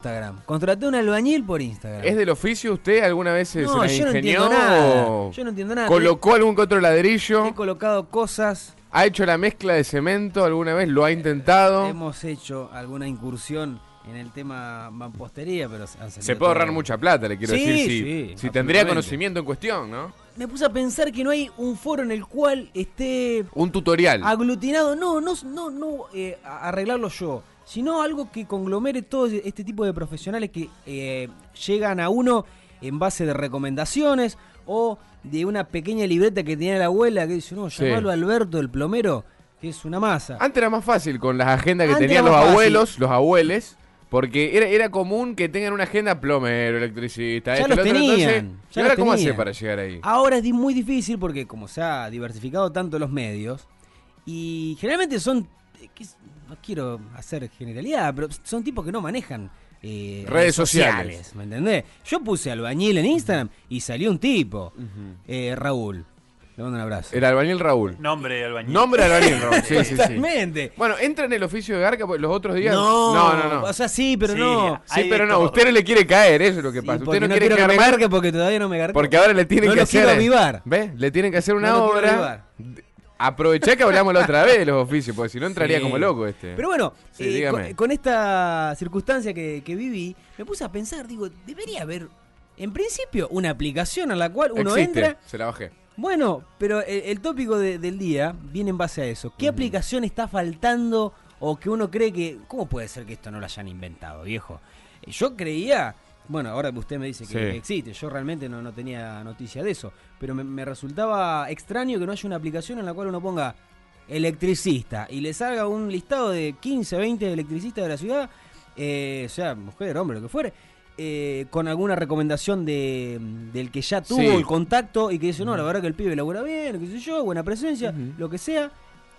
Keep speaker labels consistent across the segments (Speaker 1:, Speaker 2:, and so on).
Speaker 1: Instagram. Contraté un albañil por Instagram.
Speaker 2: ¿Es del oficio usted? ¿Alguna vez se
Speaker 1: no,
Speaker 2: la
Speaker 1: yo no
Speaker 2: ingenió?
Speaker 1: entiendo nada. Yo no entiendo nada.
Speaker 2: ¿Colocó algún que otro ladrillo?
Speaker 1: He colocado cosas,
Speaker 2: ¿Ha hecho la mezcla de cemento alguna vez? ¿Lo ha intentado?
Speaker 1: hemos hecho alguna incursión en el tema mampostería, pero han salido
Speaker 2: Se puede ahorrar
Speaker 1: todo.
Speaker 2: mucha plata, le quiero
Speaker 1: Sí,
Speaker 2: decir,
Speaker 1: sí,
Speaker 2: si, si
Speaker 1: absolutamente.
Speaker 2: tendría conocimiento en cuestión, ¿no?
Speaker 1: Me puse a pensar que no hay un foro en el cual esté
Speaker 2: Un tutorial.
Speaker 1: aglutinado, no, no, no, no eh, a- arreglarlo yo, sino algo que conglomere todo este tipo de profesionales que eh, llegan a uno en base de recomendaciones o de una pequeña libreta que tenía la abuela que dice, no,
Speaker 2: Sí. Ah,
Speaker 1: llamalo a Alberto el plomero, que es una masa.
Speaker 2: Antes era más fácil con las agendas que
Speaker 1: Antes
Speaker 2: tenían
Speaker 1: era
Speaker 2: los
Speaker 1: más fácil.
Speaker 2: abuelos, los abueles, porque era, era común que tengan una agenda plomero, electricista,
Speaker 1: Ya
Speaker 2: esto,
Speaker 1: los
Speaker 2: lo otro,
Speaker 1: tenían,
Speaker 2: entonces,
Speaker 1: ya
Speaker 2: ¿y ahora
Speaker 1: los tenían.
Speaker 2: cómo
Speaker 1: Ah,
Speaker 2: hace para llegar ahí?
Speaker 1: Ahora es di- muy difícil porque como se ha diversificado tanto los medios y generalmente son, eh, que es- no quiero hacer generalidad, pero son tipos que no manejan eh,
Speaker 2: Redes sociales.
Speaker 1: ¿me entendés? Yo puse albañil en Instagram y salió un tipo, eh, Raúl, le mando un abrazo.
Speaker 2: El albañil Raúl.
Speaker 3: Nombre de albañil.
Speaker 2: Nombre de albañil Raúl. Eh, Sí, sí, sí.
Speaker 1: Totalmente.
Speaker 2: Bueno, entra en el oficio de Garca porque los otros días. no, no. no.
Speaker 1: O sea, sí, pero
Speaker 3: Sí,
Speaker 1: no.
Speaker 3: hay
Speaker 2: sí,
Speaker 3: de
Speaker 2: pero no,
Speaker 3: todo.
Speaker 2: usted no le quiere caer, eso es lo que
Speaker 1: Sí,
Speaker 2: pasa.
Speaker 1: porque
Speaker 2: Usted no
Speaker 1: no
Speaker 2: quiere
Speaker 1: quiero
Speaker 2: caer
Speaker 1: que me garque porque todavía no me garque.
Speaker 2: porque ahora le tienen
Speaker 1: No
Speaker 2: que
Speaker 1: lo
Speaker 2: hacer. eh.
Speaker 1: quiero avivar.
Speaker 2: ¿Ves? Le tienen que hacer una
Speaker 1: No lo quiero
Speaker 2: obra.
Speaker 1: avivar.
Speaker 2: Aprovechá que hablamos la otra vez de los oficios, porque si no entraría
Speaker 1: Sí.
Speaker 2: como loco este.
Speaker 1: Pero bueno,
Speaker 2: Sí,
Speaker 1: eh,
Speaker 2: dígame.
Speaker 1: con, con esta circunstancia que, que viví, me puse a pensar, digo, debería haber, en principio, una aplicación a la cual uno
Speaker 2: Existe,
Speaker 1: entra.
Speaker 2: se la bajé.
Speaker 1: Bueno, pero el, el tópico de- del día viene en base a eso. ¿Qué aplicación está faltando o que uno cree que... ¿Cómo puede ser que esto no lo hayan inventado, viejo? Eh, Yo creía... Bueno, ahora usted me dice que
Speaker 2: Sí.
Speaker 1: existe, yo realmente no, no tenía noticia de eso, pero me, me resultaba extraño que no haya una aplicación en la cual uno ponga electricista y le salga un listado de 15, 20 electricistas de la ciudad, eh, o sea, mujer, hombre, lo que fuere, eh, con alguna recomendación de, del que ya tuvo
Speaker 2: Sí.
Speaker 1: el contacto y que dice, no, la verdad que el pibe labura bien, qué sé yo, buena presencia, lo que sea.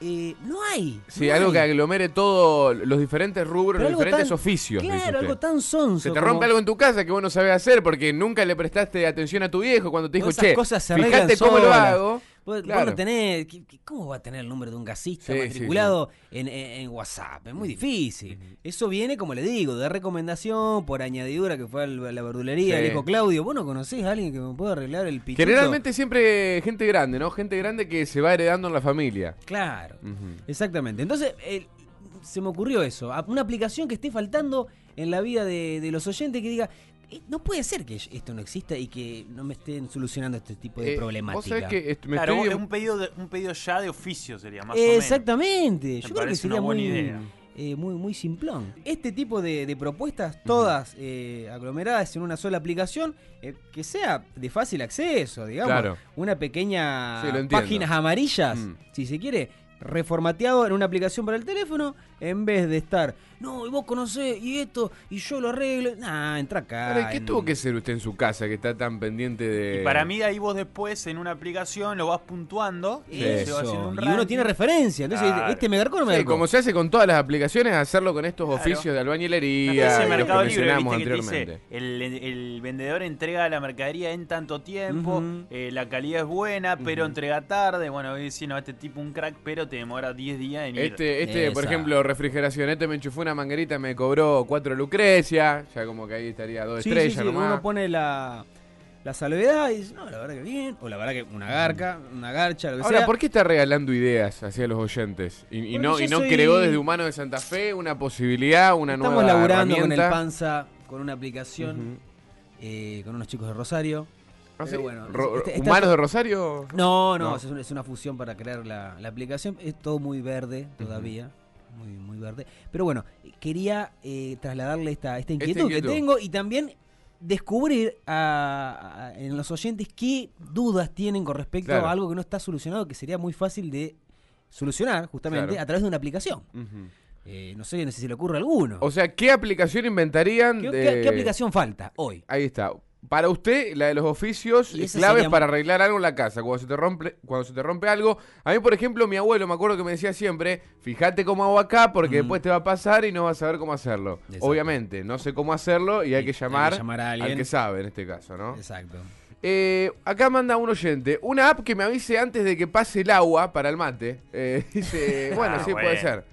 Speaker 1: Eh, no hay.
Speaker 2: Sí,
Speaker 1: no
Speaker 2: algo
Speaker 1: hay.
Speaker 2: que aglomere todos los diferentes rubros,
Speaker 1: Pero
Speaker 2: los
Speaker 1: algo
Speaker 2: diferentes
Speaker 1: tan-
Speaker 2: oficios. me dice
Speaker 1: Claro,
Speaker 2: usted.
Speaker 1: algo tan sonso.
Speaker 2: Se te
Speaker 1: como-
Speaker 2: rompe algo en tu casa que vos no sabés hacer porque nunca le prestaste atención a tu viejo cuando te dijo,
Speaker 1: Todas esas
Speaker 2: che,
Speaker 1: cosas se arreglan
Speaker 2: fíjate cómo lo
Speaker 1: solas".
Speaker 2: hago.
Speaker 1: Vos, vos
Speaker 2: Claro.
Speaker 1: no tenés- ¿qué- qué- ¿Cómo va a tener el número de un gasista
Speaker 2: Sí, sí,
Speaker 1: matriculado En, en- en WhatsApp? Es muy difícil. Eso viene, como le digo, de recomendación, por añadidura que fue a la la verdulería,
Speaker 2: Sí.
Speaker 1: le dijo Claudio, vos no conocés a alguien que me pueda arreglar el pituto.
Speaker 2: Generalmente siempre gente grande, ¿no? Gente grande que se va heredando en la familia.
Speaker 1: Claro, exactamente. Entonces, eh, se me ocurrió eso, a- una aplicación que esté faltando en la vida de, de los oyentes que diga, "Eh, no puede ser que esto no exista y que no me estén solucionando este tipo de
Speaker 2: Eh,
Speaker 1: problemática.
Speaker 2: Vos sabés que est- me
Speaker 3: Claro,
Speaker 2: estoy-
Speaker 3: un- un pedido, de- un pedido ya de oficio sería más o menos.
Speaker 1: Exactamente, yo creo que
Speaker 3: parece una
Speaker 1: sería
Speaker 3: buena
Speaker 1: muy,
Speaker 3: idea.
Speaker 1: eh, muy, muy simplón. Este tipo de, de propuestas, todas eh, aglomeradas en una sola aplicación, eh, que sea de fácil acceso, digamos.
Speaker 2: Claro.
Speaker 1: Una pequeña
Speaker 2: Sí, lo entiendo.
Speaker 1: páginas amarillas,
Speaker 2: Mm.
Speaker 1: si se quiere, reformateado en una aplicación para el teléfono, en vez de estar, no, y vos conocés, y esto, y yo lo arreglo. Nah, entra acá.
Speaker 2: Ahora, ¿y ¿Qué
Speaker 1: en-
Speaker 2: tuvo que ser usted en su casa que está tan pendiente de...?
Speaker 3: Y para mí ahí vos después en una aplicación lo vas puntuando y se va
Speaker 1: Eso.
Speaker 3: haciendo un
Speaker 1: Y uno
Speaker 3: ranking.
Speaker 1: tiene referencia. Entonces,
Speaker 3: Claro.
Speaker 1: ¿este me garcó o no me
Speaker 2: Sí,
Speaker 1: garcó?
Speaker 2: como se hace con todas las aplicaciones, hacerlo con estos
Speaker 3: Claro.
Speaker 2: oficios de
Speaker 3: Una
Speaker 2: albañilería,
Speaker 3: especie
Speaker 2: de
Speaker 3: de
Speaker 2: los que
Speaker 3: mercado libre,
Speaker 2: mencionamos
Speaker 3: viste que te
Speaker 2: anteriormente.
Speaker 3: dice, el, el vendedor entrega la mercadería en tanto tiempo,
Speaker 1: Ujú.
Speaker 3: eh, la calidad es buena, pero entrega tarde. Bueno, hoy decís, no, este tipo un crack, pero te demora 10 días en ir.
Speaker 2: Este, este por
Speaker 1: Esa.
Speaker 2: ejemplo, refrigeración, este me enchufó una manguerita, me cobró cuatro lucrecia, ya como que ahí estaría dos
Speaker 1: Sí,
Speaker 2: estrellas
Speaker 1: sí, sí,
Speaker 2: nomás.
Speaker 1: Uno pone la, la salvedad y dice, no, la verdad que bien. O la verdad que una garca, una garcha, lo que
Speaker 2: Ahora,
Speaker 1: sea.
Speaker 2: ¿por qué está regalando ideas hacia los oyentes? Y, y
Speaker 1: Porque
Speaker 2: no,
Speaker 1: yo
Speaker 2: y no
Speaker 1: soy-
Speaker 2: creó desde Humano de Santa Fe una posibilidad, una
Speaker 1: Estamos
Speaker 2: nueva
Speaker 1: laburando con el
Speaker 2: herramienta?
Speaker 1: panza, con una aplicación, eh, con unos chicos de Rosario.
Speaker 2: Ah,
Speaker 1: Pero
Speaker 2: sí.
Speaker 1: bueno,
Speaker 2: Ro-
Speaker 1: este- está-
Speaker 2: ¿Humanos de Rosario?
Speaker 1: No, no,
Speaker 2: No.
Speaker 1: Es, una, es una fusión para crear la, la aplicación. Es todo muy verde todavía. Muy, muy verde. Pero bueno, eh, quería eh, trasladarle esta, esta
Speaker 2: Esta
Speaker 1: inquietud,
Speaker 2: inquietud.
Speaker 1: que tengo y también descubrir a- a- en los oyentes qué dudas tienen con respecto
Speaker 2: Claro.
Speaker 1: a algo que no está solucionado, que sería muy fácil de solucionar justamente
Speaker 2: Claro.
Speaker 1: a través de una aplicación.
Speaker 2: Ujú.
Speaker 1: Eh, no sé no sé si se le ocurre a alguno.
Speaker 2: O sea, ¿qué aplicación inventarían?
Speaker 1: ¿Qué,
Speaker 2: de-
Speaker 1: qué- qué aplicación falta hoy?
Speaker 2: Ahí está. Para usted, la de los oficios
Speaker 1: Y
Speaker 2: y
Speaker 1: esa
Speaker 2: claves
Speaker 1: sería-
Speaker 2: para arreglar algo en la casa, cuando se te rompe, cuando se te rompe algo. A mí, por ejemplo, mi abuelo me acuerdo que me decía siempre, fíjate cómo hago acá, porque después te va a pasar y no vas a saber cómo hacerlo.
Speaker 1: Exacto.
Speaker 2: Obviamente, no sé cómo hacerlo y hay
Speaker 1: Y
Speaker 2: que llamar,
Speaker 1: llamar a alguien.
Speaker 2: al que sabe en este caso, ¿no?
Speaker 1: Exacto.
Speaker 2: Eh, acá manda un oyente, una app que me avise antes de que pase el agua para el mate. Eh, dice, bueno,
Speaker 3: Ah,
Speaker 2: sí,
Speaker 3: bueno.
Speaker 2: puede ser.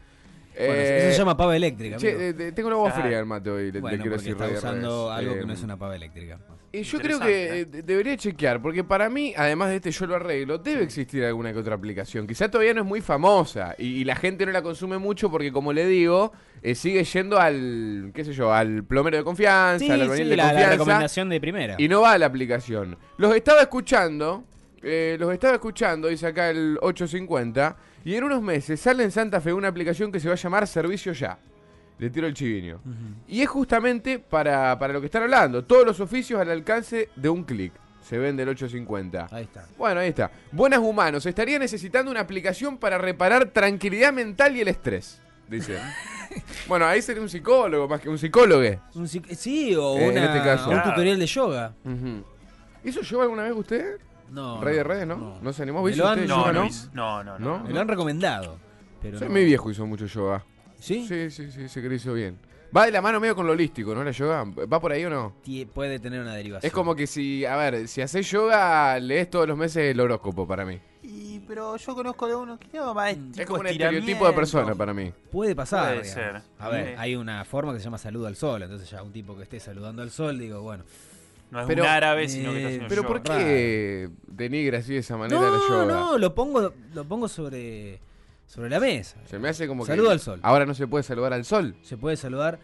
Speaker 1: Bueno,
Speaker 2: Eh,
Speaker 1: eso se llama pava eléctrica.
Speaker 2: Che,
Speaker 1: amigo.
Speaker 2: eh, eh, tengo una agua
Speaker 3: Claro.
Speaker 2: fría el mate hoy, le, le
Speaker 1: bueno,
Speaker 2: quiero
Speaker 1: porque
Speaker 2: decir.
Speaker 1: está
Speaker 2: Rey Hernández.
Speaker 1: usando algo que
Speaker 2: Eh,
Speaker 1: no es una pava eléctrica.
Speaker 2: y yo creo que eh, de- debería chequear, porque para mí, además de este yo lo arreglo, debe existir alguna que otra aplicación. Quizá todavía no es muy famosa y, y la gente no la consume mucho porque, como le digo, eh, sigue yendo al, qué sé yo, al plomero de confianza,
Speaker 4: Sí,
Speaker 2: al
Speaker 4: sí,
Speaker 2: albañil de
Speaker 4: la, la
Speaker 2: confianza.
Speaker 4: recomendación de primera.
Speaker 2: y no va a la aplicación. Los estaba escuchando, eh, los estaba escuchando, dice acá el 850, y en unos meses sale en Santa Fe una aplicación que se va a llamar Servicio Ya. Le tiro el chiviño. Y es justamente para, para lo que están hablando. Todos los oficios al alcance de un clic. Se vende el 850.
Speaker 1: Ahí está.
Speaker 2: Bueno, ahí está. Buenas humanos, estaría necesitando una aplicación para reparar tranquilidad mental y el estrés. Dice. bueno, ahí sería un psicólogo más que un psicólogo.
Speaker 1: Un psic- sí, o
Speaker 2: Eh, en
Speaker 1: una-
Speaker 2: este caso.
Speaker 1: un
Speaker 3: Claro.
Speaker 1: tutorial de yoga.
Speaker 2: ¿Eso lleva alguna vez usted?
Speaker 1: No.
Speaker 2: Rey de redes, ¿no? ¿No se animó?
Speaker 1: Me
Speaker 2: ¿Viste
Speaker 1: lo
Speaker 2: usted
Speaker 1: han-
Speaker 2: yoga,
Speaker 3: No,
Speaker 2: no?
Speaker 3: no, hice- no, no, no.
Speaker 1: Me lo han recomendado. Pero
Speaker 2: Sí,
Speaker 1: no.
Speaker 2: Mi viejo hizo mucho yoga.
Speaker 1: ¿Sí?
Speaker 2: Sí, sí, sí, se hizo bien. Va de la mano medio con lo holístico, ¿no? La yoga. ¿Va por ahí o no?
Speaker 1: Tie- Puede tener una derivación.
Speaker 2: Es como que si, a ver, si haces yoga, lees todos los meses el horóscopo para mí.
Speaker 3: Y, pero yo conozco de uno que no, más
Speaker 2: Es como un estereotipo de persona para mí.
Speaker 1: Puede pasar.
Speaker 3: Puede
Speaker 1: digamos.
Speaker 3: ser.
Speaker 1: A ver,
Speaker 3: Sí.
Speaker 1: hay una forma que se llama saludo al sol. Entonces ya un tipo que esté saludando al sol, digo, bueno.
Speaker 3: No es
Speaker 2: Pero- Eh,
Speaker 3: un árabe, sino que está haciendo
Speaker 2: Pero ¿por
Speaker 3: yoga.
Speaker 2: qué denigra así de esa manera la
Speaker 1: No,
Speaker 2: yoga?
Speaker 1: no, lo pongo, lo pongo sobre, sobre la mesa.
Speaker 2: Se me hace como que...
Speaker 1: Saludo al sol.
Speaker 2: Ahora no se puede saludar al sol.
Speaker 1: Se puede saludar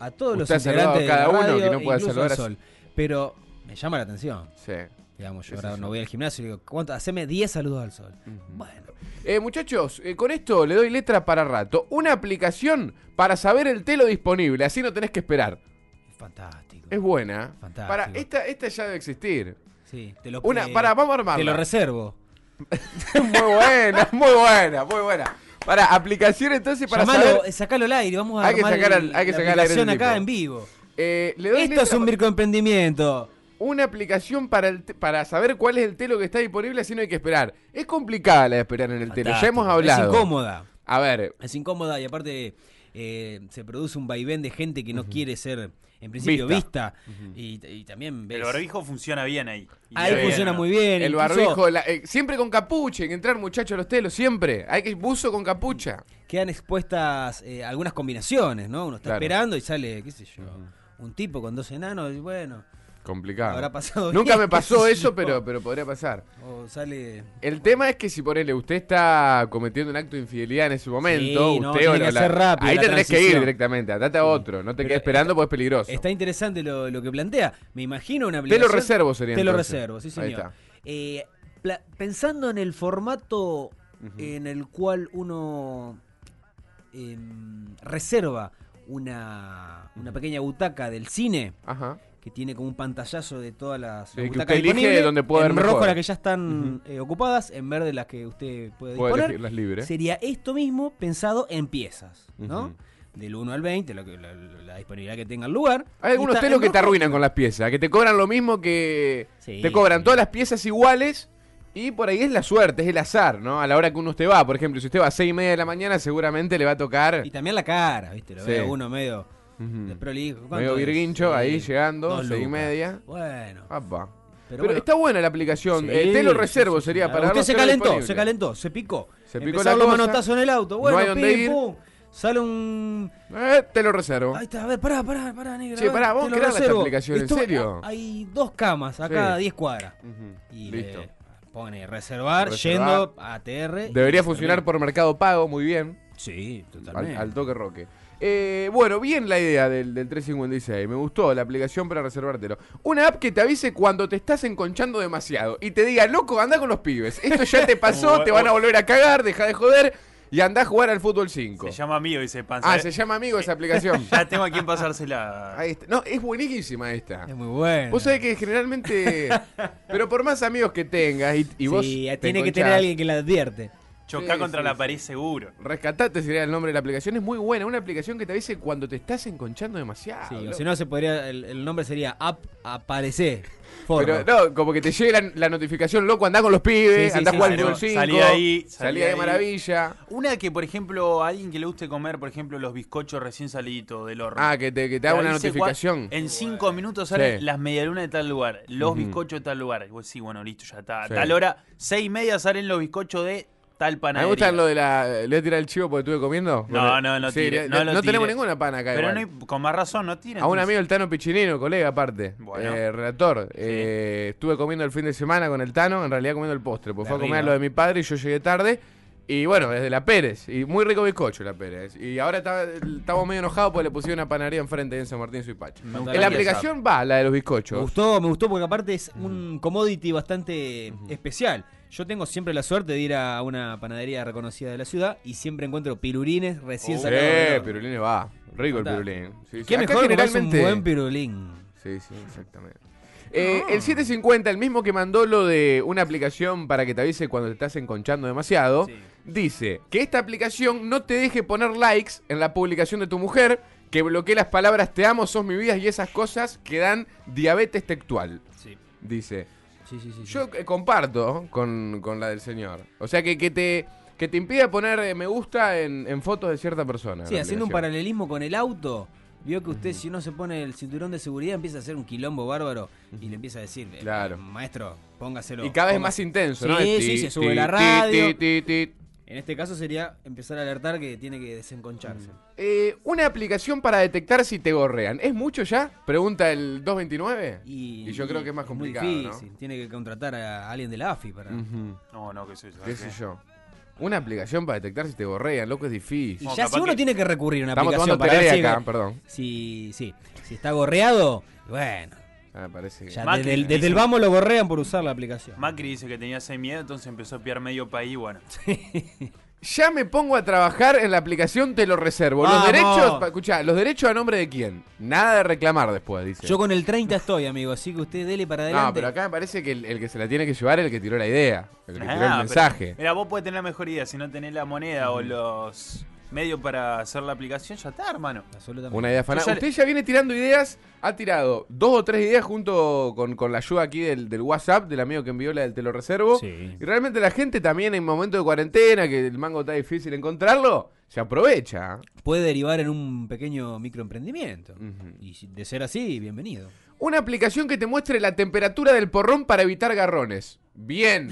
Speaker 1: a todos los
Speaker 2: Usted ha saludado
Speaker 1: integrantes de
Speaker 2: a
Speaker 1: la
Speaker 2: cada uno
Speaker 1: radio,
Speaker 2: que no pueda
Speaker 1: incluso
Speaker 2: saludar
Speaker 1: al
Speaker 2: a su-
Speaker 1: sol. Pero me llama la atención.
Speaker 2: Sí.
Speaker 1: Digamos, yo
Speaker 2: Sí,
Speaker 1: ahora
Speaker 2: sí, sí.
Speaker 1: no voy al gimnasio y digo, ¿cuánto? Haceme 10 saludos al sol.
Speaker 2: Ujú.
Speaker 1: Bueno,
Speaker 2: Eh, muchachos, eh, con esto le doy letra para rato. Una aplicación para saber el telo disponible, así no tenés que esperar.
Speaker 1: fantástico.
Speaker 2: Es buena.
Speaker 1: Fantástico.
Speaker 2: Para, esta, esta ya debe existir.
Speaker 1: Sí, te lo
Speaker 2: Una,
Speaker 1: eh,
Speaker 2: para, vamos a
Speaker 1: Te lo
Speaker 2: armarla.
Speaker 1: reservo.
Speaker 2: muy buena, muy buena, muy buena. Para, aplicación entonces para
Speaker 1: Llamalo,
Speaker 2: saber.
Speaker 1: eh, sacalo al aire, vamos a
Speaker 2: Hay que
Speaker 1: armar
Speaker 2: sacar al-
Speaker 1: el-
Speaker 2: hay que
Speaker 1: la
Speaker 2: sacar al aire
Speaker 1: aplicación
Speaker 2: el
Speaker 1: acá
Speaker 2: tipo.
Speaker 1: en vivo.
Speaker 2: Eh, le doy
Speaker 1: Esto
Speaker 2: letra
Speaker 1: es un microemprendimiento.
Speaker 2: una aplicación para el te- para saber cuál es el telo que está disponible, así no hay que esperar. Es complicada la de esperar en el telo, ya
Speaker 1: Fantástico.
Speaker 2: hemos hablado.
Speaker 1: Es incómoda.
Speaker 2: A ver,
Speaker 1: Es incómoda y aparte eh, se produce un vaivén de gente que no quiere ser, en principio, vista. y, y también ves.
Speaker 3: El barbijo funciona bien ahí. Y
Speaker 1: Ahí
Speaker 3: está
Speaker 1: funciona
Speaker 3: bien, ¿no?
Speaker 1: muy bien.
Speaker 2: el
Speaker 1: incluso
Speaker 2: barbijo, la- eh, siempre con capucha, hay que entrar muchachos a los telos, siempre. Hay que buzo con capucha.
Speaker 1: Quedan expuestas eh, algunas combinaciones, ¿no? Uno está
Speaker 2: Claro.
Speaker 1: esperando y sale, qué sé yo, un tipo con dos enanos y bueno,
Speaker 2: Complicado.
Speaker 1: habrá pasado
Speaker 2: Nunca
Speaker 1: bien,
Speaker 2: me
Speaker 1: qué
Speaker 2: pasó
Speaker 1: sé
Speaker 2: eso,
Speaker 1: yo.
Speaker 2: pero, pero podría pasar.
Speaker 1: O sale...
Speaker 2: El tema es que si ponele, usted está cometiendo un acto de infidelidad en ese momento,
Speaker 1: Sí, no,
Speaker 2: usted
Speaker 1: tiene
Speaker 2: o
Speaker 1: que ser rápido
Speaker 2: ahí
Speaker 1: la
Speaker 2: te tenés que ir
Speaker 1: transición.
Speaker 2: directamente, andate a otro, no te
Speaker 1: Pero
Speaker 2: quedes esperando porque es peligroso.
Speaker 1: Está interesante lo, lo que plantea. Me imagino una
Speaker 2: te
Speaker 1: aplicación...
Speaker 2: lo reservo sería
Speaker 1: Te lo
Speaker 2: entonces.
Speaker 1: reservo, sí, señor.
Speaker 2: Ahí está.
Speaker 1: Eh, pla- pensando en el formato en el cual uno em, reserva una, una pequeña butaca del cine
Speaker 2: Ajá.
Speaker 1: que tiene como un pantallazo de todas las,
Speaker 2: Sí,
Speaker 1: las
Speaker 2: que
Speaker 1: butacas
Speaker 2: usted elige
Speaker 1: disponibles,
Speaker 2: donde puede
Speaker 1: en
Speaker 2: ver
Speaker 1: rojo
Speaker 2: mejor.
Speaker 1: las que ya están eh, ocupadas, en verde las que usted puede
Speaker 2: Puede
Speaker 1: disponer.
Speaker 2: elegirlas libre.
Speaker 1: Sería esto mismo pensado en piezas, ¿no?
Speaker 2: Ujú.
Speaker 1: Del 1 al 20, lo que, la, la disponibilidad que tenga el lugar.
Speaker 2: Hay algunos
Speaker 1: Y está
Speaker 2: telos
Speaker 1: en
Speaker 2: que te
Speaker 1: rojo-
Speaker 2: arruinan con las piezas, que te cobran lo mismo que
Speaker 1: Sí.
Speaker 2: te cobran todas las piezas iguales y por ahí es la suerte, es el azar, ¿no? A la hora que uno usted va, por ejemplo, si usted va a seis y media de la mañana, seguramente le va a tocar
Speaker 1: Y también la cara, ¿viste? Lo
Speaker 2: Sí.
Speaker 1: veo uno medio
Speaker 2: Ujú.
Speaker 1: de prolijo. ¿Cuánto
Speaker 2: medio
Speaker 1: es?
Speaker 2: virguincho
Speaker 1: Sí.
Speaker 2: ahí llegando,
Speaker 1: Dos
Speaker 2: seis y
Speaker 1: lucas.
Speaker 2: media.
Speaker 1: Bueno.
Speaker 2: Apa.
Speaker 1: Pero
Speaker 2: Pero,
Speaker 1: bueno.
Speaker 2: está buena la aplicación.
Speaker 1: Sí,
Speaker 2: Eh, te lo
Speaker 1: sí,
Speaker 2: reservo,
Speaker 1: sí, sí.
Speaker 2: sería para
Speaker 1: Usted
Speaker 2: darlos
Speaker 1: se
Speaker 2: todos
Speaker 1: calentó,
Speaker 2: disponibles.
Speaker 1: se calentó, se picó.
Speaker 2: Se picó
Speaker 1: Empezó
Speaker 2: la
Speaker 1: los
Speaker 2: cosa,
Speaker 1: manotazos en el auto.
Speaker 2: no
Speaker 1: Bueno,
Speaker 2: hay dónde
Speaker 1: pim,
Speaker 2: ir.
Speaker 1: pum. Sale un.
Speaker 2: Eh, te lo reservo.
Speaker 1: Ahí está, a ver, pará, pará, pará, negro.
Speaker 2: Che,
Speaker 1: a ver,
Speaker 2: pará, vos
Speaker 1: te lo
Speaker 2: querés la
Speaker 1: reservo.
Speaker 2: aplicación, ¿en
Speaker 1: Estoy-
Speaker 2: serio?
Speaker 1: ah, Hay dos camas
Speaker 2: Sí.
Speaker 1: acá a 10 cuadras.
Speaker 2: Ujú,
Speaker 1: Y
Speaker 2: Listo.
Speaker 1: le pone reservar,
Speaker 2: Reservar.
Speaker 1: yendo a ATR. y
Speaker 2: Debería
Speaker 1: se
Speaker 2: funcionar
Speaker 1: termina.
Speaker 2: por Mercado Pago, muy bien.
Speaker 1: Sí,
Speaker 2: Al,
Speaker 1: totalmente.
Speaker 2: al toque roque. Eh, bueno, bien la idea del, del 356. Me gustó la aplicación para reservártelo. Una app que te avise cuando te estás enconchando demasiado y te diga, loco, anda con los pibes. Esto ya te pasó, te van a volver a cagar, deja de joder y anda a jugar al fútbol 5.
Speaker 3: Se llama mío, dice Panza.
Speaker 2: ah, se llama amigo esa aplicación.
Speaker 3: Ya tengo a quien pasársela.
Speaker 2: Ahí está. No, es buenísima esta.
Speaker 1: Es muy bueno.
Speaker 2: Vos sabés que generalmente. Pero por más amigos que tengas y, y
Speaker 1: Sí, eh,
Speaker 2: vos. te
Speaker 1: tiene que
Speaker 2: enconchás,
Speaker 1: tener alguien que la advierte.
Speaker 3: Chocá
Speaker 2: Sí,
Speaker 3: contra
Speaker 2: sí,
Speaker 3: la
Speaker 2: sí.
Speaker 3: pared seguro.
Speaker 2: Rescatate sería el nombre de la aplicación. Es muy buena. Una aplicación que te avise cuando te estás enconchando demasiado.
Speaker 1: Sí, o
Speaker 2: loco.
Speaker 1: si no se podría, el, el nombre sería App Aparece. Forma.
Speaker 2: Pero no, como que te llega la, la notificación, loco, andá con los pibes,
Speaker 1: Sí, sí,
Speaker 2: andá a
Speaker 1: sí,
Speaker 2: jugar
Speaker 1: sí.
Speaker 2: al fútbol
Speaker 3: Salí
Speaker 2: 5.
Speaker 3: ahí, salí
Speaker 2: salí de
Speaker 3: ahí.
Speaker 2: maravilla.
Speaker 3: Una que, por ejemplo, a alguien que le guste comer, por ejemplo, los bizcochos recién saliditos del horno.
Speaker 2: Ah, que te, que te haga una
Speaker 3: avise cua-
Speaker 2: notificación.
Speaker 3: En cinco minutos salen
Speaker 2: Sí.
Speaker 3: las medialunas de tal lugar, los
Speaker 2: Ujú.
Speaker 3: bizcochos de tal lugar. Y vos sí, bueno, listo, ya está. A
Speaker 2: Sí.
Speaker 3: tal hora, seis y media salen los bizcochos de tal
Speaker 2: A mí me
Speaker 3: panadería.
Speaker 2: gustan lo de la. Le voy a tirar el chivo porque estuve comiendo.
Speaker 3: No, no, no
Speaker 2: Sí,
Speaker 3: tire,
Speaker 2: le-
Speaker 3: no
Speaker 2: le-
Speaker 3: lo
Speaker 2: tenemos
Speaker 3: tire.
Speaker 2: ninguna pana acá.
Speaker 3: Pero
Speaker 2: igual.
Speaker 3: no hay- con más razón no tienen.
Speaker 2: A un amigo, el Tano Pichinino, colega aparte,
Speaker 3: Bueno.
Speaker 2: eh, relator. eh, estuve comiendo el fin de semana con el Tano, en realidad comiendo el postre, porque fue a comer a
Speaker 3: Terrible.
Speaker 2: lo de mi padre y yo llegué tarde. Y bueno, desde La Pérez, y muy rico bizcocho La Pérez. Y ahora está- estamos medio enojados porque le pusieron una panadería enfrente ahí en San Martín
Speaker 1: Mm.
Speaker 2: Suipacha.
Speaker 3: Me
Speaker 2: En
Speaker 3: gustaría
Speaker 2: la aplicación va la de los
Speaker 1: Me
Speaker 2: bizcochos.
Speaker 1: gustó, me gustó porque aparte es un commodity bastante especial. Yo tengo siempre la suerte de ir a una panadería reconocida de la ciudad y siempre encuentro pirulines recién
Speaker 2: Sí,
Speaker 1: sacados. del horno.
Speaker 2: pirulines Eh, va. Rico el
Speaker 1: Está.
Speaker 2: pirulín. Sí, sí.
Speaker 1: Qué
Speaker 2: Oh. Acá
Speaker 1: mejor que un buen pirulín.
Speaker 2: Sí, sí, exactamente. Eh, El 750, el mismo que mandó lo de una aplicación para que te avise cuando te estás enconchando demasiado,
Speaker 3: Sí.
Speaker 2: dice que esta aplicación no te deje poner likes en la publicación de tu mujer, que bloquee las palabras te amo, sos mi vida y esas cosas que dan diabetes textual.
Speaker 3: Sí.
Speaker 2: Dice,
Speaker 1: Sí, sí, sí. sí.
Speaker 2: yo eh, comparto con, con la del señor. O sea, que, que te, que te impida poner eh, me gusta en, en fotos de cierta persona.
Speaker 1: Sí,
Speaker 2: la
Speaker 1: haciendo un
Speaker 2: aplicación.
Speaker 1: paralelismo con el auto. Vio que usted, si no se pone el cinturón de seguridad, empieza a hacer un quilombo bárbaro y le empieza a decir, eh,
Speaker 2: Claro.
Speaker 1: maestro, póngaselo.
Speaker 2: Y cada vez
Speaker 1: ponga-
Speaker 2: más intenso,
Speaker 1: Sí,
Speaker 2: ¿no? El
Speaker 1: sí,
Speaker 2: ti,
Speaker 1: se sube
Speaker 2: ti,
Speaker 1: la
Speaker 2: ti,
Speaker 1: radio.
Speaker 2: ti, ti, ti.
Speaker 1: En este caso sería empezar a alertar que tiene que desenconcharse.
Speaker 2: Eh, una aplicación para detectar si te gorrean. ¿Es mucho ya? Pregunta el 229.
Speaker 1: Y,
Speaker 2: yo creo que es más
Speaker 1: muy
Speaker 2: complicado.
Speaker 1: difícil. Tiene que contratar a alguien de la AFI para.
Speaker 2: ¿no? Ujú.
Speaker 3: No, no, qué sé yo.
Speaker 2: ¿Qué
Speaker 3: ¿qué?
Speaker 2: sé yo? Una aplicación para detectar si te gorrean, loco, es difícil.
Speaker 1: Y
Speaker 3: No,
Speaker 1: ya si
Speaker 3: capaz
Speaker 1: uno
Speaker 3: que-
Speaker 1: tiene que recurrir a una
Speaker 2: Estamos tomando
Speaker 1: aplicación para ver
Speaker 2: tereré
Speaker 1: si,
Speaker 2: acá, perdón.
Speaker 1: si, sí, si está gorreado, bueno,
Speaker 2: Ah, parece que-
Speaker 1: ya
Speaker 3: Macri
Speaker 1: desde, el,
Speaker 3: hizo-
Speaker 1: desde el vamos lo gorrean por usar la aplicación.
Speaker 3: Macri dice que tenía ese miedo, entonces empezó a piar medio país, bueno.
Speaker 2: Ya me pongo a trabajar en la aplicación, te lo reservo. Los
Speaker 1: Vamos.
Speaker 2: derechos, pa- escuchá, los derechos a nombre de quién. Nada de reclamar después, dice.
Speaker 1: Yo con el 30 estoy, amigo, así que usted dele para adelante.
Speaker 2: no, pero acá me parece que el, el que se la tiene que llevar es el que tiró la idea, el que
Speaker 3: Ah,
Speaker 2: tiró el
Speaker 3: pero-
Speaker 2: mensaje.
Speaker 3: Mira, vos podés tener la mejor idea, si no tenés la moneda o los medios para hacer la aplicación, ya está, hermano.
Speaker 1: Absolutamente.
Speaker 2: Una idea fanática.
Speaker 3: Yo ya le-
Speaker 2: Usted ya viene tirando ideas, ha tirado dos o tres ideas junto con, con la ayuda aquí del, del WhatsApp, del amigo que envió la del Te lo reservo.
Speaker 1: Sí.
Speaker 2: Y realmente la gente también en momento de cuarentena, que el mango está difícil encontrarlo, se aprovecha.
Speaker 1: Puede derivar en un pequeño microemprendimiento.
Speaker 2: Ujú.
Speaker 1: Y si- de ser así, bienvenido.
Speaker 2: Una aplicación que te muestre la temperatura del porrón para evitar garrones. Bien,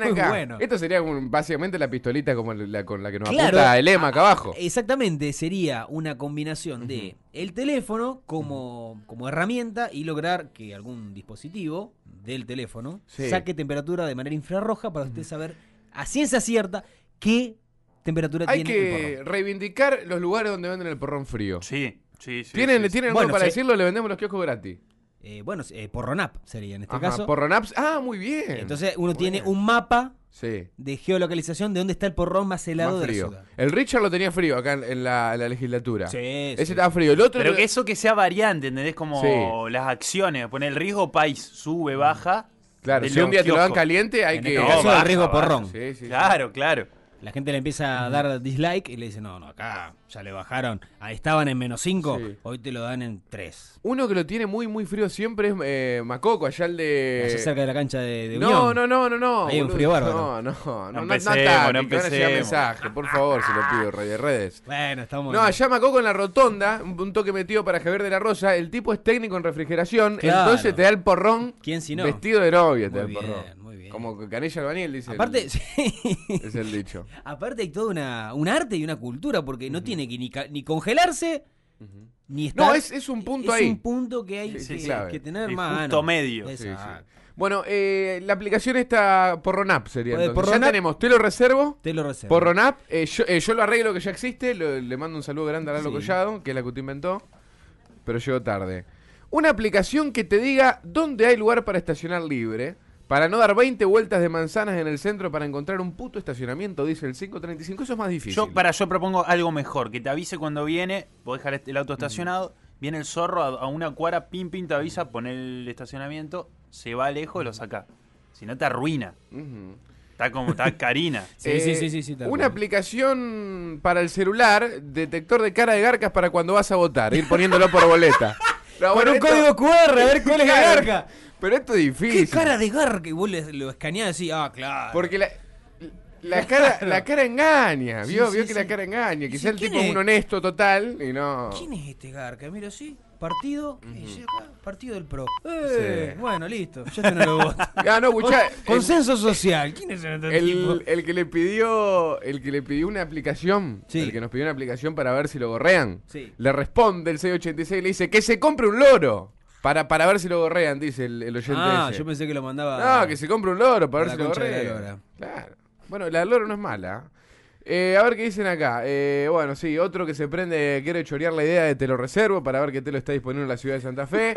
Speaker 1: Muy
Speaker 2: acá.
Speaker 1: bueno.
Speaker 2: Esto sería un- básicamente la pistolita como la, con la que nos
Speaker 1: Claro. Ah, eh,
Speaker 2: apunta el EMA acá abajo.
Speaker 1: Exactamente, sería una combinación de el teléfono como, como herramienta y lograr que algún dispositivo del teléfono
Speaker 2: Sí.
Speaker 1: saque temperatura de manera infrarroja para usted saber a ciencia cierta qué temperatura
Speaker 2: Hay
Speaker 1: tiene el
Speaker 2: que
Speaker 1: porrón.
Speaker 2: reivindicar los lugares donde venden el porrón frío.
Speaker 3: Sí, sí, sí.
Speaker 2: ¿Tienen,
Speaker 3: sí, sí.
Speaker 2: tienen algo
Speaker 1: Bueno,
Speaker 2: para
Speaker 1: sí.
Speaker 2: decirlo? Le vendemos los kioscos gratis.
Speaker 1: Eh, bueno, eh, porronap sería en este
Speaker 2: Ajá,
Speaker 1: caso.
Speaker 2: Porronaps. Ah, muy bien.
Speaker 1: Entonces uno
Speaker 2: Muy
Speaker 1: tiene
Speaker 2: bien.
Speaker 1: un mapa
Speaker 2: Sí.
Speaker 1: de geolocalización de dónde está el porrón más helado
Speaker 2: más
Speaker 1: de la
Speaker 2: frío.
Speaker 1: ciudad.
Speaker 2: El Richard lo tenía frío acá en, en la, en la legislatura.
Speaker 1: Sí,
Speaker 2: Ese
Speaker 1: sí.
Speaker 2: estaba frío. El otro.
Speaker 3: Pero que eso que sea variante, ¿entendés? Como
Speaker 2: Sí.
Speaker 3: las acciones, poner el riesgo país, sube, baja.
Speaker 2: Claro,
Speaker 3: de
Speaker 2: si un
Speaker 3: los
Speaker 2: día te lo dan
Speaker 3: kioscos.
Speaker 2: caliente, hay
Speaker 1: En
Speaker 2: que.
Speaker 1: este caso,
Speaker 3: No,
Speaker 1: el riesgo
Speaker 3: baja,
Speaker 1: porrón.
Speaker 2: Sí, sí, sí.
Speaker 3: Claro, claro.
Speaker 1: La gente le empieza a dar dislike y le dice, no, no, acá ya le bajaron. Ahí estaban en menos 5,
Speaker 2: Sí.
Speaker 1: hoy te lo dan en 3.
Speaker 2: Uno que lo tiene muy, muy frío siempre es eh, Macoco, allá el
Speaker 1: Allá
Speaker 2: de.
Speaker 1: cerca de la cancha de, de
Speaker 2: Eh, No,
Speaker 1: Unión.
Speaker 2: no, no, no, no.
Speaker 1: Ahí hay un
Speaker 2: boludo.
Speaker 1: frío bárbaro.
Speaker 2: No, no, no, no, no,
Speaker 3: empecemos,
Speaker 2: ataque, que
Speaker 3: no
Speaker 2: van a llegar
Speaker 3: empecemos.
Speaker 2: mensaje, por favor, se lo pido, Rey de Redes.
Speaker 1: Bueno, estamos...
Speaker 2: No, allá Macoco en la rotonda, un un toque metido para Javier de la Rosa. El tipo es técnico en refrigeración,
Speaker 1: Claro.
Speaker 2: entonces te da el porrón.
Speaker 1: ¿Quién si no?
Speaker 2: Vestido de novia te
Speaker 1: Muy
Speaker 2: da el
Speaker 1: bien,
Speaker 2: porrón.
Speaker 1: muy bien.
Speaker 2: Como Canella Albañil dice. el-
Speaker 1: Aparte, sí.
Speaker 2: Es el dicho.
Speaker 1: aparte hay todo una, un arte y una cultura, porque no tiene que ni, ca- ni congelarse, ni estar...
Speaker 2: No, es, es un punto
Speaker 1: es
Speaker 2: ahí.
Speaker 1: un punto que hay
Speaker 2: Sí,
Speaker 1: que,
Speaker 2: sí, clave.
Speaker 1: que tener
Speaker 3: El
Speaker 1: mano.
Speaker 3: justo medio.
Speaker 2: Sí, sí.
Speaker 1: Exacto.
Speaker 2: Bueno, eh, la aplicación está Porronap sería.
Speaker 1: Pues,
Speaker 2: Entonces. ya
Speaker 1: Porronap-
Speaker 2: tenemos, te lo reservo.
Speaker 1: Te lo reservo.
Speaker 2: Porronap, eh, yo, eh, yo lo arreglo que ya existe. lo- le mando un saludo grande a Lalo
Speaker 1: Sí.
Speaker 2: Collado, que es la que te inventó. Pero llegó tarde. Una aplicación que te diga dónde hay lugar para estacionar libre. Para no dar 20 vueltas de manzanas en el centro para encontrar un puto estacionamiento, dice el 535. Eso es más difícil.
Speaker 3: Yo, para, yo propongo algo mejor, que te avise cuando viene, vos dejar este, el auto estacionado,
Speaker 2: Mm.
Speaker 3: viene el zorro a, a una cuadra, pim, pim, te avisa, pone el estacionamiento, se va lejos y lo saca. Si no, te arruina.
Speaker 2: Ujú.
Speaker 3: Está como, está Karina.
Speaker 1: Sí,
Speaker 2: Eh,
Speaker 1: sí, sí, sí, sí, tal
Speaker 2: Una
Speaker 1: cual.
Speaker 2: aplicación para el celular, detector de cara de garcas para cuando vas a votar, ir poniéndolo por boleta. No,
Speaker 1: Con
Speaker 2: bueno,
Speaker 1: un
Speaker 2: esto-
Speaker 1: código QR, a ver cuál es la
Speaker 2: Claro,
Speaker 1: garca.
Speaker 2: Pero esto es
Speaker 1: ¿Qué
Speaker 2: difícil.
Speaker 1: cara de garca? Y vos le- lo escaneás y decís, ah, claro.
Speaker 2: Porque la- La cara, la cara engaña,
Speaker 1: Sí,
Speaker 2: vio,
Speaker 1: sí,
Speaker 2: vio que
Speaker 1: sí.
Speaker 2: la cara engaña.
Speaker 1: Sí,
Speaker 2: Quizá el
Speaker 1: ¿quién
Speaker 2: tipo es un
Speaker 1: es?
Speaker 2: honesto total y no.
Speaker 1: ¿Quién es este Garca? Mira, sí, partido, y
Speaker 2: Oh. Ujú.
Speaker 1: llega acá, partido del pro. Eh, Bueno, listo, yo te no lo voto.
Speaker 2: Ah, no, escuchá, el-
Speaker 1: Consenso social, ¿quién es este tipo?
Speaker 2: El, el que le pidió el que le pidió una aplicación,
Speaker 1: Sí.
Speaker 2: el que nos pidió una aplicación para ver si lo gorrean,
Speaker 1: Sí.
Speaker 2: le responde el 686 y le dice que se compre un loro para, para ver si lo gorrean, dice el, el oyente.
Speaker 1: Ah,
Speaker 2: ese.
Speaker 1: yo pensé que lo mandaba.
Speaker 2: No, que se compre un loro para
Speaker 1: a
Speaker 2: ver si
Speaker 1: Ah. la
Speaker 2: lo
Speaker 1: concha de la
Speaker 2: gorrean.
Speaker 1: lora.
Speaker 2: Claro. Bueno, la loro no es mala. Eh, a ver qué dicen acá. Eh, bueno, sí, otro que se prende quiere chorear la idea de te lo reservo para ver qué te lo está disponible en la ciudad de Santa Fe.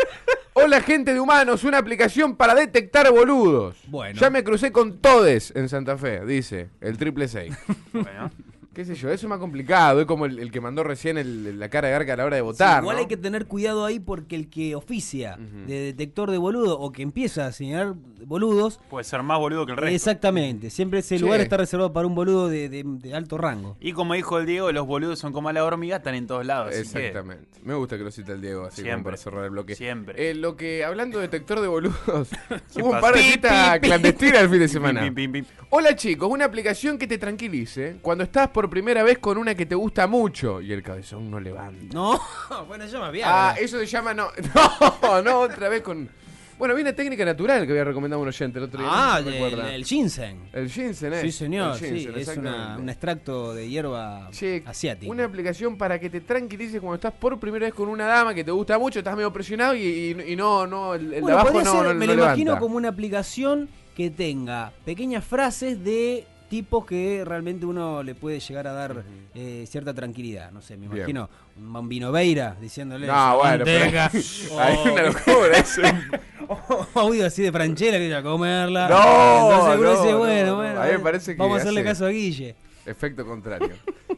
Speaker 2: Hola gente de humanos, una aplicación para detectar boludos.
Speaker 1: Bueno.
Speaker 2: Ya me crucé con todes en Santa Fe, dice el triple seis.
Speaker 3: Bueno,
Speaker 2: ¿Qué sé yo? Eso es más complicado. Es como el, el que mandó recién el- la cara de garca a la hora de
Speaker 1: Sí,
Speaker 2: votar.
Speaker 1: igual
Speaker 2: ¿no?
Speaker 1: hay que tener cuidado ahí porque el que oficia
Speaker 2: Ujú.
Speaker 1: de detector de boludo o que empieza a señalar boludos,
Speaker 3: puede ser más boludo que el resto.
Speaker 1: exactamente, siempre ese
Speaker 2: Sí.
Speaker 1: lugar está reservado para un boludo de, de- de alto rango.
Speaker 3: Y como dijo el Diego, los boludos son como la hormiga, están en todos lados. así que-
Speaker 2: Exactamente. Me gusta que lo cita el Diego, así como
Speaker 3: Siempre.
Speaker 2: para cerrar el bloque.
Speaker 3: Siempre.
Speaker 2: Eh, lo que, hablando de detector de boludos, hubo un
Speaker 3: pasa?
Speaker 2: par de
Speaker 3: Pi,
Speaker 2: citas
Speaker 3: pi, pi.
Speaker 2: clandestinas el fin de
Speaker 3: Pim,
Speaker 2: semana.
Speaker 3: pim, pim, pim.
Speaker 2: Hola chicos, una aplicación que te tranquilice cuando estás por primera vez con una que te gusta mucho y el cabezón no levanta.
Speaker 1: No, bueno, yo más bien.
Speaker 2: Ah, eso se llama no. No, no, otra vez con. Bueno, vi una técnica natural que había recomendado a un oyente el otro día.
Speaker 1: Ah,
Speaker 2: no
Speaker 1: del-
Speaker 2: recuerda.
Speaker 1: del ginseng.
Speaker 2: El ginseng, ¿eh?
Speaker 1: Sí, señor,
Speaker 2: El ginseng,
Speaker 1: sí, es una,
Speaker 2: exactamente.
Speaker 1: un extracto de hierba
Speaker 2: Che,
Speaker 1: asiática.
Speaker 2: Una aplicación para que te tranquilices cuando estás por primera vez con una dama que te gusta mucho, estás medio presionado y, y- y no, no, el, el
Speaker 1: Bueno,
Speaker 2: de abajo
Speaker 1: podría
Speaker 2: no,
Speaker 1: ser,
Speaker 2: no-
Speaker 1: me
Speaker 2: no
Speaker 1: lo imagino
Speaker 2: levanta.
Speaker 1: como una aplicación que tenga pequeñas frases de tipos que realmente uno le puede llegar a dar eh, cierta tranquilidad. No sé, me
Speaker 2: Bien.
Speaker 1: imagino un bambino Veira diciéndole.
Speaker 2: No, bueno, pero-
Speaker 1: "Manteca",
Speaker 2: Hay
Speaker 1: o-
Speaker 2: una locura eso.
Speaker 1: o audio así de Franchella que iba a comerla.
Speaker 2: No,
Speaker 1: Entonces uno
Speaker 2: no,
Speaker 1: dice,
Speaker 2: no,
Speaker 1: bueno,
Speaker 2: no,
Speaker 1: bueno,
Speaker 2: a mí me parece que
Speaker 1: vamos a hacerle
Speaker 2: hace-
Speaker 1: caso a Guille.
Speaker 2: Efecto contrario.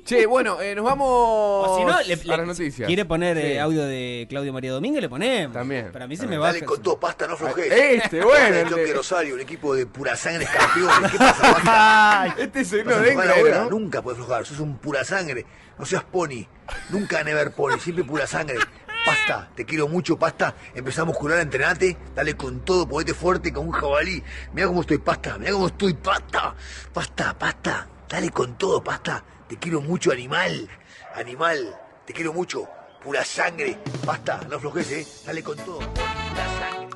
Speaker 2: che, bueno, eh, nos vamos
Speaker 1: O si no, le-
Speaker 2: a
Speaker 1: le-
Speaker 2: las noticias.
Speaker 1: ¿Quiere poner
Speaker 2: Sí.
Speaker 1: eh, audio de Claudio María Domínguez? Le ponemos.
Speaker 2: También,
Speaker 1: Para mí se me
Speaker 2: también.
Speaker 1: va.
Speaker 4: Dale con todo, pasta, no aflojes.
Speaker 2: Este, bueno,
Speaker 4: El
Speaker 2: el
Speaker 4: Jockey
Speaker 2: de-
Speaker 4: Rosario, un equipo de purasangres campeones. ¿Qué pasa, Juanca?
Speaker 2: Este es el
Speaker 4: ¿Vas a
Speaker 2: no de
Speaker 4: aflojar
Speaker 2: Inglaterra,
Speaker 4: ahora?
Speaker 2: ¿no?
Speaker 4: Nunca puedes aflojar, sos un purasangre. No seas pony. Nunca never pony, siempre purasangre. Pasta, te quiero mucho, pasta. Empezá a muscular, entrenate. Dale con todo, ponete fuerte como un jabalí. Mirá cómo estoy, pasta. Mirá cómo estoy, pasta. Pasta, pasta. Dale con todo, pasta. Te quiero mucho, animal. Animal, te quiero mucho. Pura sangre. Pasta, no aflojes, eh. Dale con todo. Pura sangre.